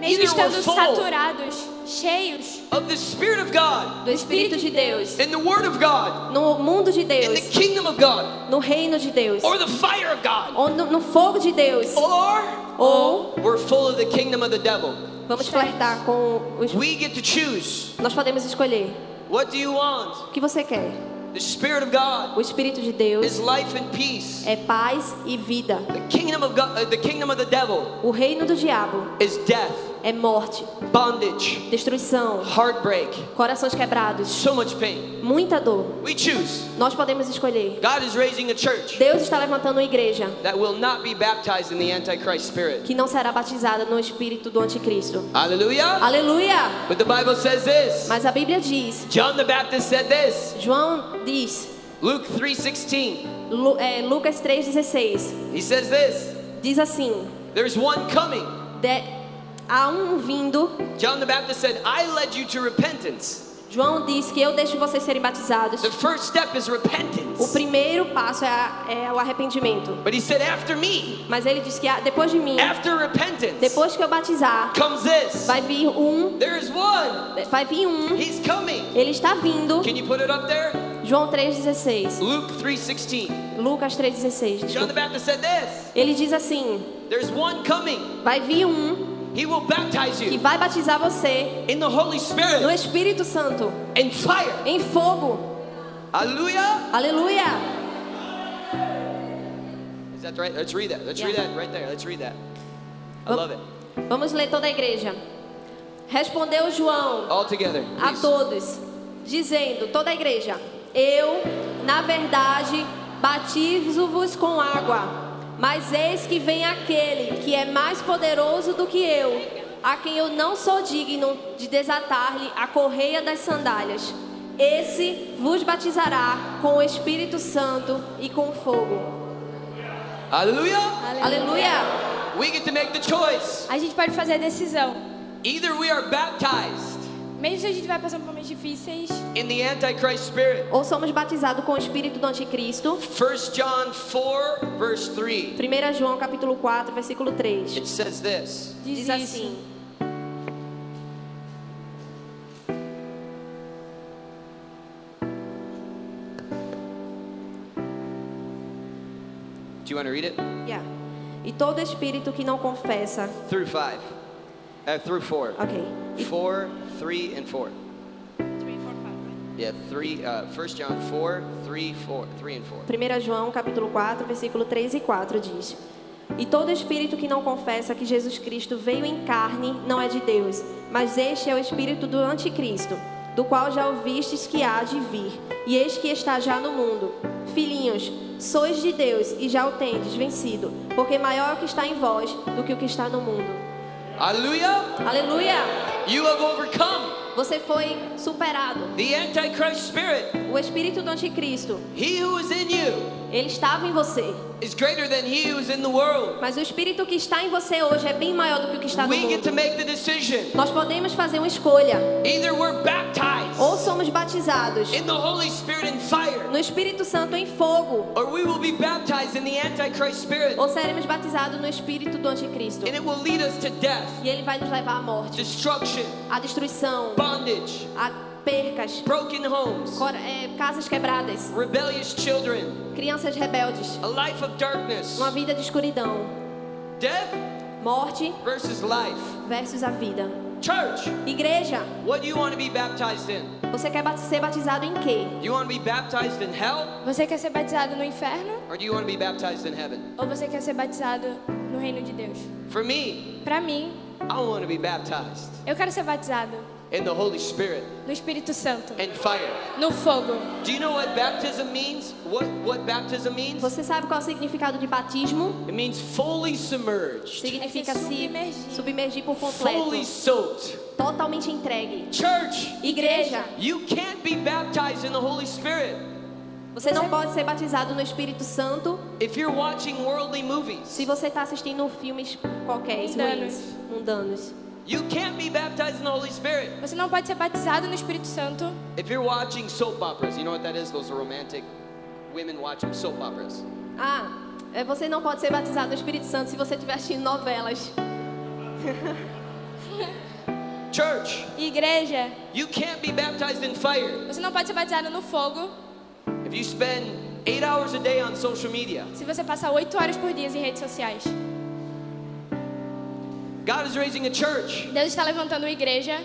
mesmo
Either
estando
we're full.
saturados, cheios
of the Spirit of God,
do Espírito de Deus,
in the Word of God,
no mundo de
in the
Deus,
kingdom of God,
no reino de Deus,
or the fire of God,
ou no, no fogo de Deus,
or
ou
we're full of the kingdom of the devil.
vamos flertar com os.
We get to choose.
Nós podemos escolher
What do you want?
o que você quer.
The Spirit of God
O Espírito de Deus
is life and peace.
é paz e vida.
The kingdom of God, uh, the kingdom of the devil
O reino do diabo
is death,
é morte,
bondage,
destruição,
heartbreak,
corações quebrados,
so much pain.
muita dor.
We choose.
Nós podemos escolher.
God is raising a church
Deus está levantando uma igreja
that will not be baptized in the Antichrist spirit.
que não será batizada no espírito do anticristo.
Hallelujah.
Aleluia!
But the Bible says this.
Mas a Bíblia diz,
John the Baptist said this.
João diz,
Luke 3:16.
Lu, é, Lucas 3,16,
He says this.
diz assim:
There's one coming.
"De- Há um vindo.
John the Baptist said, "I led you to repentance."
João diz que eu deixo vocês serem batizados.
The first step is
O
repentance.
primeiro passo é, a- é o arrependimento.
But he said, "After me,
Mas ele diz que ah, depois de mim,
after repentance,
depois que eu batizar,
comes this.
vai vir um,
There is one.
vai vir um.
He's coming."
Ele está vindo.
Can you put it up there?
João 3,16.
Luke 3:16.
Lucas 3,16.
John
desculpa.
the Baptist said this.
Ele diz assim:
There's one coming.
vai vir um
He will baptize
que
you
vai batizar você
in the Holy
no
Spirit
Espírito Santo,
and fire.
em fogo.
Hallelujah.
Aleluia!
Is that right? Let's read that. Let's read
Yeah.
that right there. Let's read that. I
Vam-
love it.
Vamos ler toda a igreja. Respondeu João
All together.
a
please.
todos, dizendo: toda a igreja, eu, na verdade, batizo-vos com água, mas eis que vem aquele que é mais poderoso do que eu, a quem eu não sou digno de desatar-lhe a correia das sandálias. Esse vos batizará com o Espírito Santo e com fogo.
Hallelujah.
Aleluia!
We get to make the choice.
A gente pode fazer a decisão.
Either we are baptized
Mesmo se a gente vai passando por momentos difíceis,
in the Antichrist spirit.
Ou somos batizados com o Espírito do Anticristo.
1 John 4, verse 3.
1 João capítulo 4, versículo 3.
It says this
diz,
Diz assim:
isso.
Do you want to read it?
Yeah. E todo espírito que não confessa,
Through 5. Uh, through 4.
ok. E-
4, 3, and 4. Yeah, 3, uh, 1 John 4, 3, 4, 3 and 4.
1 João capítulo 4, versículo 3 e 4 diz: E todo espírito que não confessa que Jesus Cristo veio em carne não é de Deus, mas este é o espírito do anticristo, do qual já ouvistes que há de vir, e eis que está já no mundo. Filhinhos, sois de Deus e já o tendes vencido, porque maior é o que está em vós do que o que está no mundo.
Hallelujah.
Aleluia!
You have overcome
Você foi superado.
the Antichrist spirit.
O espírito do anticristo
He who is in you
Ele estava em você,
is greater than he who is in the world.
mas o espírito que está em você hoje é bem maior do que o que está no
We get to
mundo.
make the decision.
Nós podemos fazer uma escolha,
Either we're baptized
ou somos batizados
in the Holy Spirit and fire,
no Espírito Santo em fogo,
or we will be baptized in the Antichrist Spirit,
ou seremos batizados no Espírito do Anticristo,
and it will lead us to death,
e ele vai nos levar à morte,
destruction,
à destruição,
bondage,
a percas,
broken homes,
cor- é, casas quebradas,
rebellious children,
crianças rebeldes,
a life of darkness,
uma vida de escuridão,
death
morte
versus life.
versus a vida.
Church,
Igreja,
what do you want to be baptized in?
você quer bat- ser batizado em quê?
Do you want to be baptized in hell,
você quer ser batizado no inferno
or do you want to be baptized in heaven?
ou você quer ser batizado no reino de Deus?
For me,
Pra mim,
I want to be baptized
eu quero ser batizado
in the Holy Spirit
no Espírito Santo,
and fire.
no fogo.
Do you know what baptism means? What what baptism means?
Você sabe qual é o significado de batismo?
It means fully submerged,
Significa
É se
se
submergir.
submergir, por completo,
fully soaked.
totalmente entregue.
Church,
Igreja,
you can't be baptized in the Holy Spirit
você não pode ser batizado no Espírito Santo
if you're watching worldly movies.
se você está assistindo filmes qualquer,
Mundanos.
ruins, mundanos.
You can't be baptized in the Holy Spirit
Você não pode ser batizado no Espírito Santo
if you're watching soap operas. You know what that is? Those are romantic women watching soap operas.
Ah, é, você não pode ser batizado no Espírito Santo se você estiver assistindo novelas.
Church,
Igreja,
you can't be baptized in fire
você não pode ser batizado no fogo
if you spend eight hours a day on social media.
se você passar oito horas por dia em redes sociais.
God is raising a church
Deus está levantando uma igreja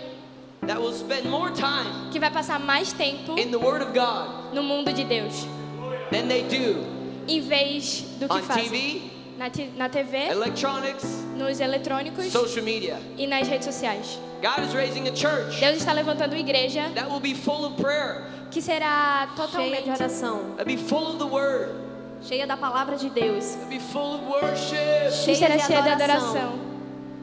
that will spend more time
que vai passar mais tempo
in the Word of God
no mundo de Deus,
than they do
em vez do que
on
fazem
TV,
na, ti- na TV,
electronics,
nos eletrônicos
social media.
e nas redes sociais.
God is raising a church
Deus está levantando uma igreja
that will be full of prayer,
que será
Cheia de
totalmente
oração,
that be full of the Word,
cheia da palavra de Deus,
that be full of worship.
que será
cheia de
cheia de
adoração.
adoração.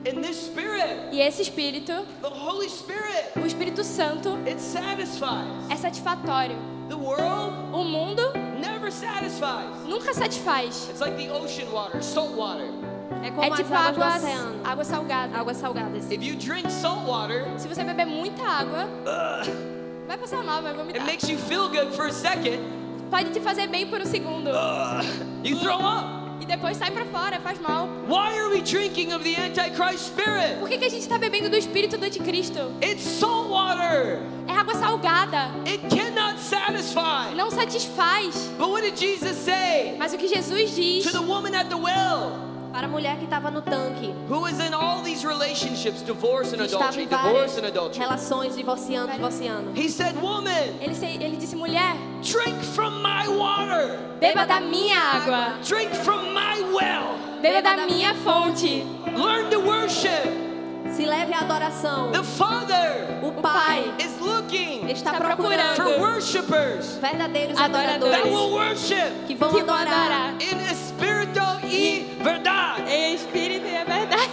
In this Spirit,
E esse espírito,
the Holy Spirit,
o Espírito Santo,
it satisfies.
é satisfatório.
The world
O mundo
never satisfies.
nunca satisfaz.
It's like the ocean water, salt water.
É como
É
as
tipo
águas do
água,
oceano,
água salgada.
águas salgadas.
If you drink salt water,
Se você beber muita água, vai passar mal, vai
it
vomitar.
makes you feel good for a second.
Pode te fazer bem por um segundo.
You throw up.
E depois sai pra fora, faz mal.
Why are we drinking of the Antichrist Spirit?
Por que, que a gente tá bebendo do espírito do anticristo?
It's salt water.
É água salgada.
It cannot satisfy.
Não satisfaz.
But what did Jesus say
Mas o que Jesus diz
to the woman at the well,
Para a mulher que estava no tanque,
who was in all these relationships, divorce and
que estava
adultery,
em
divorce
várias
and adultery?
relações, divorciando, divorciando.
He said, Woman,
Ele, se- ele disse, mulher,
drink from my water,
beba da minha água,
drink from my well,
beba da minha fonte.
learn to worship.
Se leve à adoração.
The Father
O Pai
is looking
está
está
for
procurando
procurando
worshipers
verdadeiros
Adoradores.
that
adoradores
will worship
que vão
que vão
adorar.
adorar.
in espírito y verdad.
Em espírito e é verdade.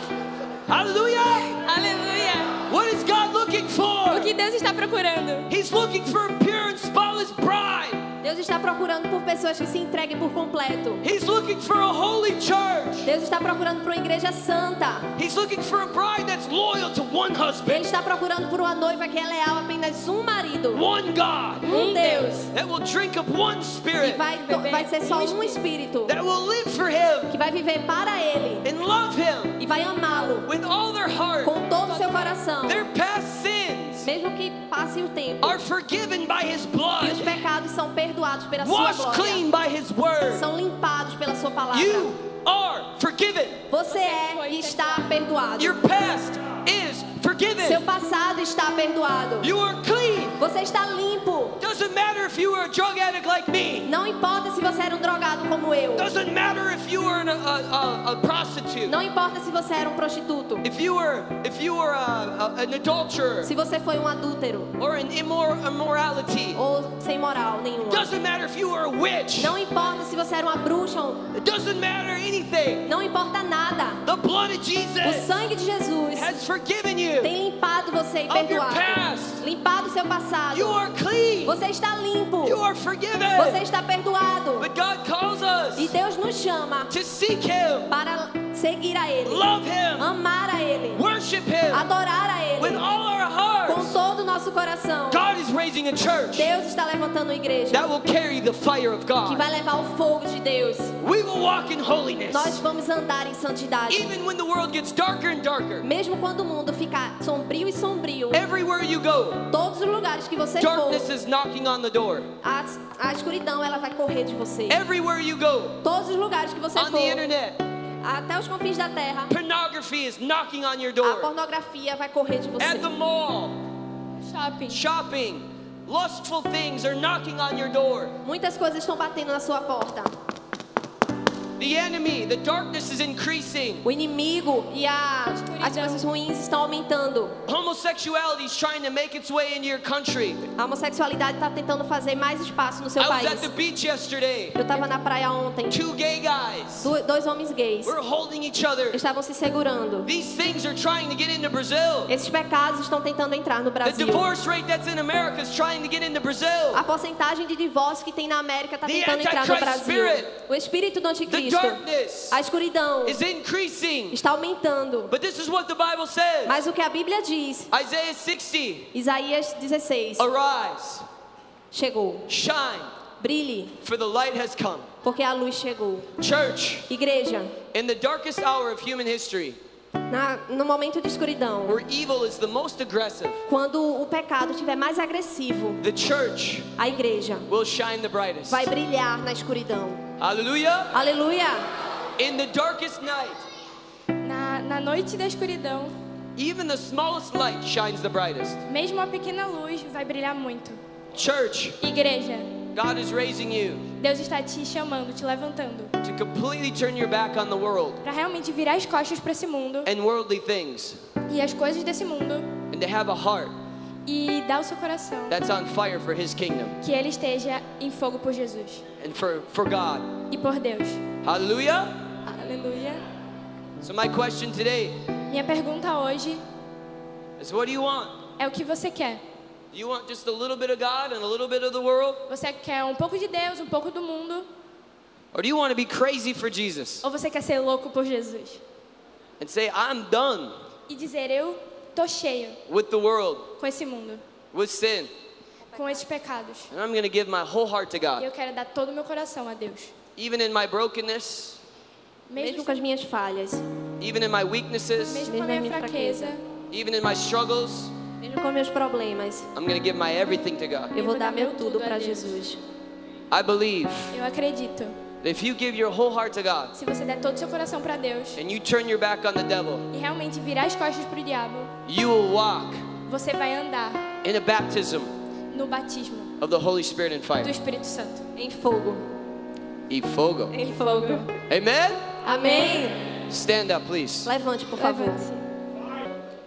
Hallelujah!
Aleluia.
What is God looking
O que
for?
Deus está procurando?
He's looking for a pure and spotless bride.
Deus está procurando por pessoas que se entreguem por completo.
He's looking for a holy church.
Deus está procurando por uma igreja santa.
He's looking for a bride that's loyal to one
Ele
husband,
está procurando por uma noiva que é leal a apenas um marido.
one God,
Um Deus.
that will drink of one
Que
spirit,
vai, to- vai ser só um espírito.
that will live for Him
Que vai viver para Ele.
and love Him
E vai amá-lo
with all their heart.
com todo o seu coração.
Their past sins
Mesmo que passe o tempo.
are forgiven by His
E os
blood,
pecados são perdoados pela sua
washed clean by
glória.
His word.
São limpados pela sua palavra.
You are forgiven.
Você é e está perdoado.
Your past is
Seu
forgiven.
passado está perdoado.
You are clean.
Você está limpo.
Doesn't matter if you were a drug addict like me.
Não importa se você era um drogado como eu.
Doesn't matter if you were an, a, a, a prostitute.
Não importa se você era um prostituto.
If you were, if you were a, a- an adulterer
Se você foi um adúltero
or an immor- immorality,
ou sem moral nenhuma.
doesn't matter if you were a witch.
Não importa se você era uma bruxa ou
It doesn't matter anything.
não importa nada.
The blood of
O
Jesus
sangue de Jesus
has forgiven you.
tem limpado você e
Of your
perdoado.
past.
Limpado o seu passado.
You are clean.
Você está limpo.
You are
Você
forgiven.
está perdoado.
But God calls
E
us
Deus nos chama
to seek Him,
para seguir a Ele,
love Him,
amar a Ele,
worship Him
adorar a
with
Ele
all our
com
hearts.
todo o nosso coração.
God is raising a church
Deus está levantando uma igreja
that will carry the fire of
que
God.
vai levar o fogo de Deus.
We will walk in
Nós
holiness.
vamos andar em santidade.
Even when the world gets darker and darker.
Mesmo quando o mundo ficar sombrio e sombrio,
Everywhere you go,
todos os lugares que você for,
darkness is knocking on the door.
a, a escuridão ela vai correr de você.
Everywhere you go,
Todos os lugares que você
on the
for,
internet,
até os confins da terra,
pornography is knocking on your
a
door.
pornografia vai correr de você.
At the mall,
Shopping.
shopping, lustful things are knocking on your door.
Muitas coisas estão batendo na sua porta.
The enemy, the darkness is increasing.
O inimigo e a, as coisas ruins estão aumentando.
Homosexuality is trying to make its way into your country.
A homossexualidade está tentando fazer mais espaço no seu
I was at
país.
the beach yesterday.
Eu estava na praia ontem.
Two gay guys
Du- Dois homens gays
were holding each other.
estavam se segurando.
These things are trying to get into Brazil.
Esses pecados estão tentando entrar no
The
Brasil.
divorce rate that's in America is trying to get into Brazil.
A porcentagem de divórcio que tem na América está
The
tentando entrar no
Antichrist
Brasil.
spirit.
O espírito
The
do anticristo,
darkness
a escuridão,
is increasing.
está aumentando.
But this is what the Bible says
Mas o que a Bíblia diz,
Isaiah 60
Isaías 16,
Arise,
chegou.
shine,
Brilhe,
for the light has come.
porque a luz chegou.
Church,
Igreja,
in the darkest hour of human history,
na- no momento de escuridão,
where evil is the most aggressive,
quando o pecado estiver mais agressivo,
the church
a igreja
will shine the brightest.
vai brilhar na escuridão.
Hallelujah.
Aleluia!
In the darkest night,
Na, na noite da escuridão,
even the smallest light shines the brightest.
mesmo a pequena luz vai brilhar muito.
Church,
Igreja,
God is raising you
Deus está te chamando, te levantando,
to completely turn your back on the world
para realmente virar as costas para esse mundo
and worldly things
e as coisas desse mundo
and to have a heart
e dar o seu coração
that's on fire for his kingdom
que ele esteja em fogo por Jesus
and for, for God.
e por Deus.
Hallelujah.
Aleluia.
So my question today
Minha pergunta hoje
is what do you want?
é o que você quer?
Do you want just a little bit of God and a little bit of the world?
Você quer um pouco de Deus, um pouco do mundo,
Or do you want to be crazy for Jesus
ou você quer ser louco por Jesus?
and say, I'm done
E dizer eu tô cheio
with the world,
com esse mundo,
with sin,
com esses pecados.
and I'm going to give my whole heart to
E
God?
eu quero dar todo o meu coração a Deus.
Even in my brokenness,
Mesmo
Mesmo,
com as minhas falhas,
even in my weaknesses,
mesmo com a
Mesmo a
minha
minha
fraqueza,
even in my struggles,
mesmo com meus problemas,
I'm going to give my everything to God.
eu vou dar meu tudo para Jesus.
I believe
eu acredito.
that if you give your whole heart to God
Se você der todo o seu coração para Deus
and you turn your back on the devil,
e realmente virar as costas pro diabo,
you will walk
você vai andar
in a baptism
no batismo
of the Holy Spirit and
do
fire.
Espírito Santo.
Em fogo.
E fogo.
Em fogo.
Amen?
Amém.
Stand up, please.
Levante, por favor.
Levante-se.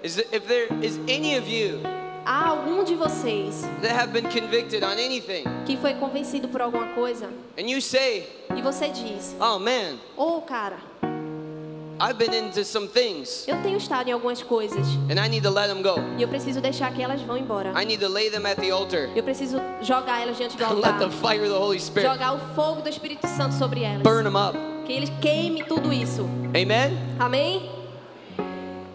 Is there- if there is any of you
Há algum de vocês
that have been convicted on anything,
que foi convencido por alguma coisa
and you say,
e você diz:
oh man,
"Ô, cara,
I've been into some things
eu tenho estado em algumas coisas
and I need to let them go.
e eu preciso deixar que elas vão embora.
I need to lay them at the altar
Eu preciso jogar elas diante do
and let
altar.
the fire of the Holy Spirit
Jogar o fogo do Espírito Santo sobre elas.
burn them up.
Que ele queime tudo isso.
Amen?
Amém?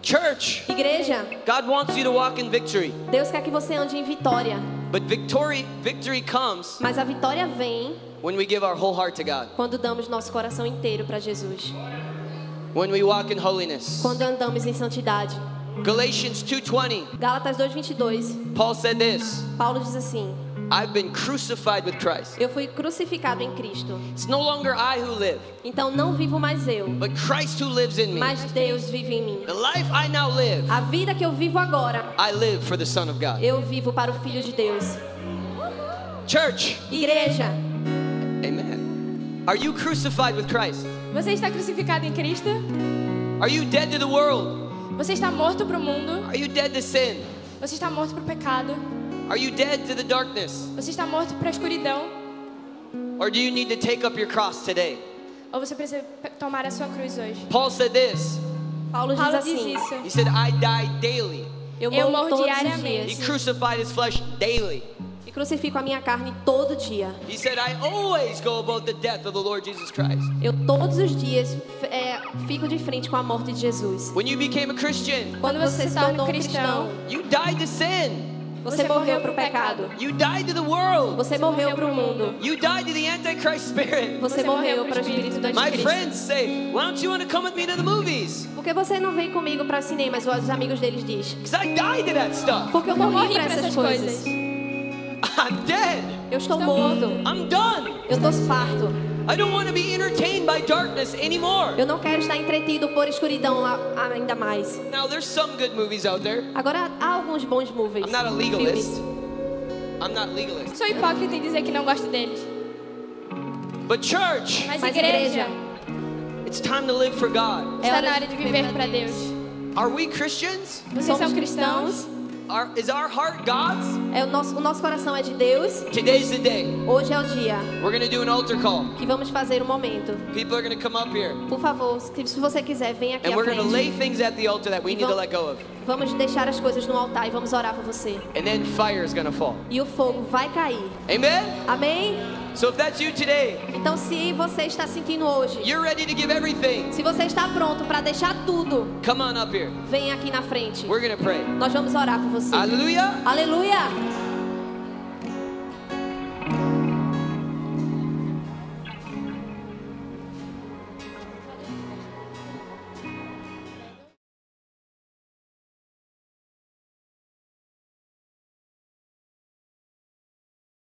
Church,
Igreja,
God wants you to walk in victory,
Deus quer que você ande em vitória,
but victory, victory comes
mas a vitória vem
when we give our whole heart to God,
quando damos nosso coração inteiro para Jesus.
when we walk in holiness.
Quando andamos em santidade.
Galatians 2:20,
Gálatas 2:22,
Paul said this,
Paulo diz assim:
I've been crucified with Christ.
Eu fui crucificado em Cristo.
It's no longer I who live,
Então não vivo mais eu,
but Christ who lives in me.
mas Deus vive em mim.
The life I now live,
A vida que eu vivo agora,
I live for the Son of God.
eu vivo para o Filho de Deus.
Church,
Igreja,
amen. Are you crucified with Christ?
Você está crucificado em Cristo?
Are you dead to the world?
Você está morto pro mundo?
Are you dead to sin?
Você está morto pro pecado?
Are you dead to the darkness?
Você está morto pra escuridão?
Or do you need to take up your cross today?
Ou você precisa pe- tomar a sua cruz hoje?
Paul said this.
Paulo diz
Paulo diz
assim:
isso.
He said, I die daily.
Eu
Eu morro
morro
todos os
diariamente.
He
dias
crucified his flesh daily.
e crucifico a minha carne todo dia.
He said, I always go about the death of the Lord Jesus Christ.
Eu todos os dias f- é, fico de frente com a morte de Jesus.
When you became a Christian,
Quando
você
você
se
se
torna
tornou
um
cristão,
you died to sin.
você morreu para o pecado.
You died to the world.
Você morreu para o mundo.
You died to the Antichrist spirit.
Você
Você
morreu
morreu
para o
pro
espírito
espírito
do
do
My
anticristo.
friends say, Why don't you want to come with me to the movies?
Por que você não vem comigo para cinemas? Os amigos deles diz.
Because I died to that stuff.
Porque eu morri para essas coisas.
(laughs) I'm dead.
Tá
Eu estou morto.
I'm done.
Eu estou farto.
I don't want to be entertained by darkness anymore.
Eu não quero estar entretido por escuridão a- ainda mais.
Now, there's some good movies out there.
Agora há alguns bons movies.
I'm not a legalist. I'm not legalist.
Sou hipócrita em dizer que não gosto deles.
But church,
Mas,
Mas igreja,
igreja,
it's time to live for God.
é
está
hora
na
de
hora de viver para Deus.
Are we Christians?
Vocês
Somos
são cristãos?
Are, is our heart God's?
É o nosso, o nosso coração é de Deus.
Today's the day.
Hoje é o dia
We're going to do an altar call.
que vamos fazer o momento.
People are going to come up here.
Por favor, se se você quiser, vem aqui
And
à
we're going to
frente.
lay things at the altar that we
E
need to
vamos-
let go of.
Vamos deixar as coisas no altar e vamos orar por você.
And then fire is going to fall.
E o fogo vai cair.
Amen?
Amém?
So if that's you today,
Então, se você está sentindo hoje,
you're ready to give everything,
se você está pronto para deixar tudo,
come on up here.
vem aqui na frente.
We're going to pray.
Nós vamos orar por você.
Hallelujah.
Aleluia!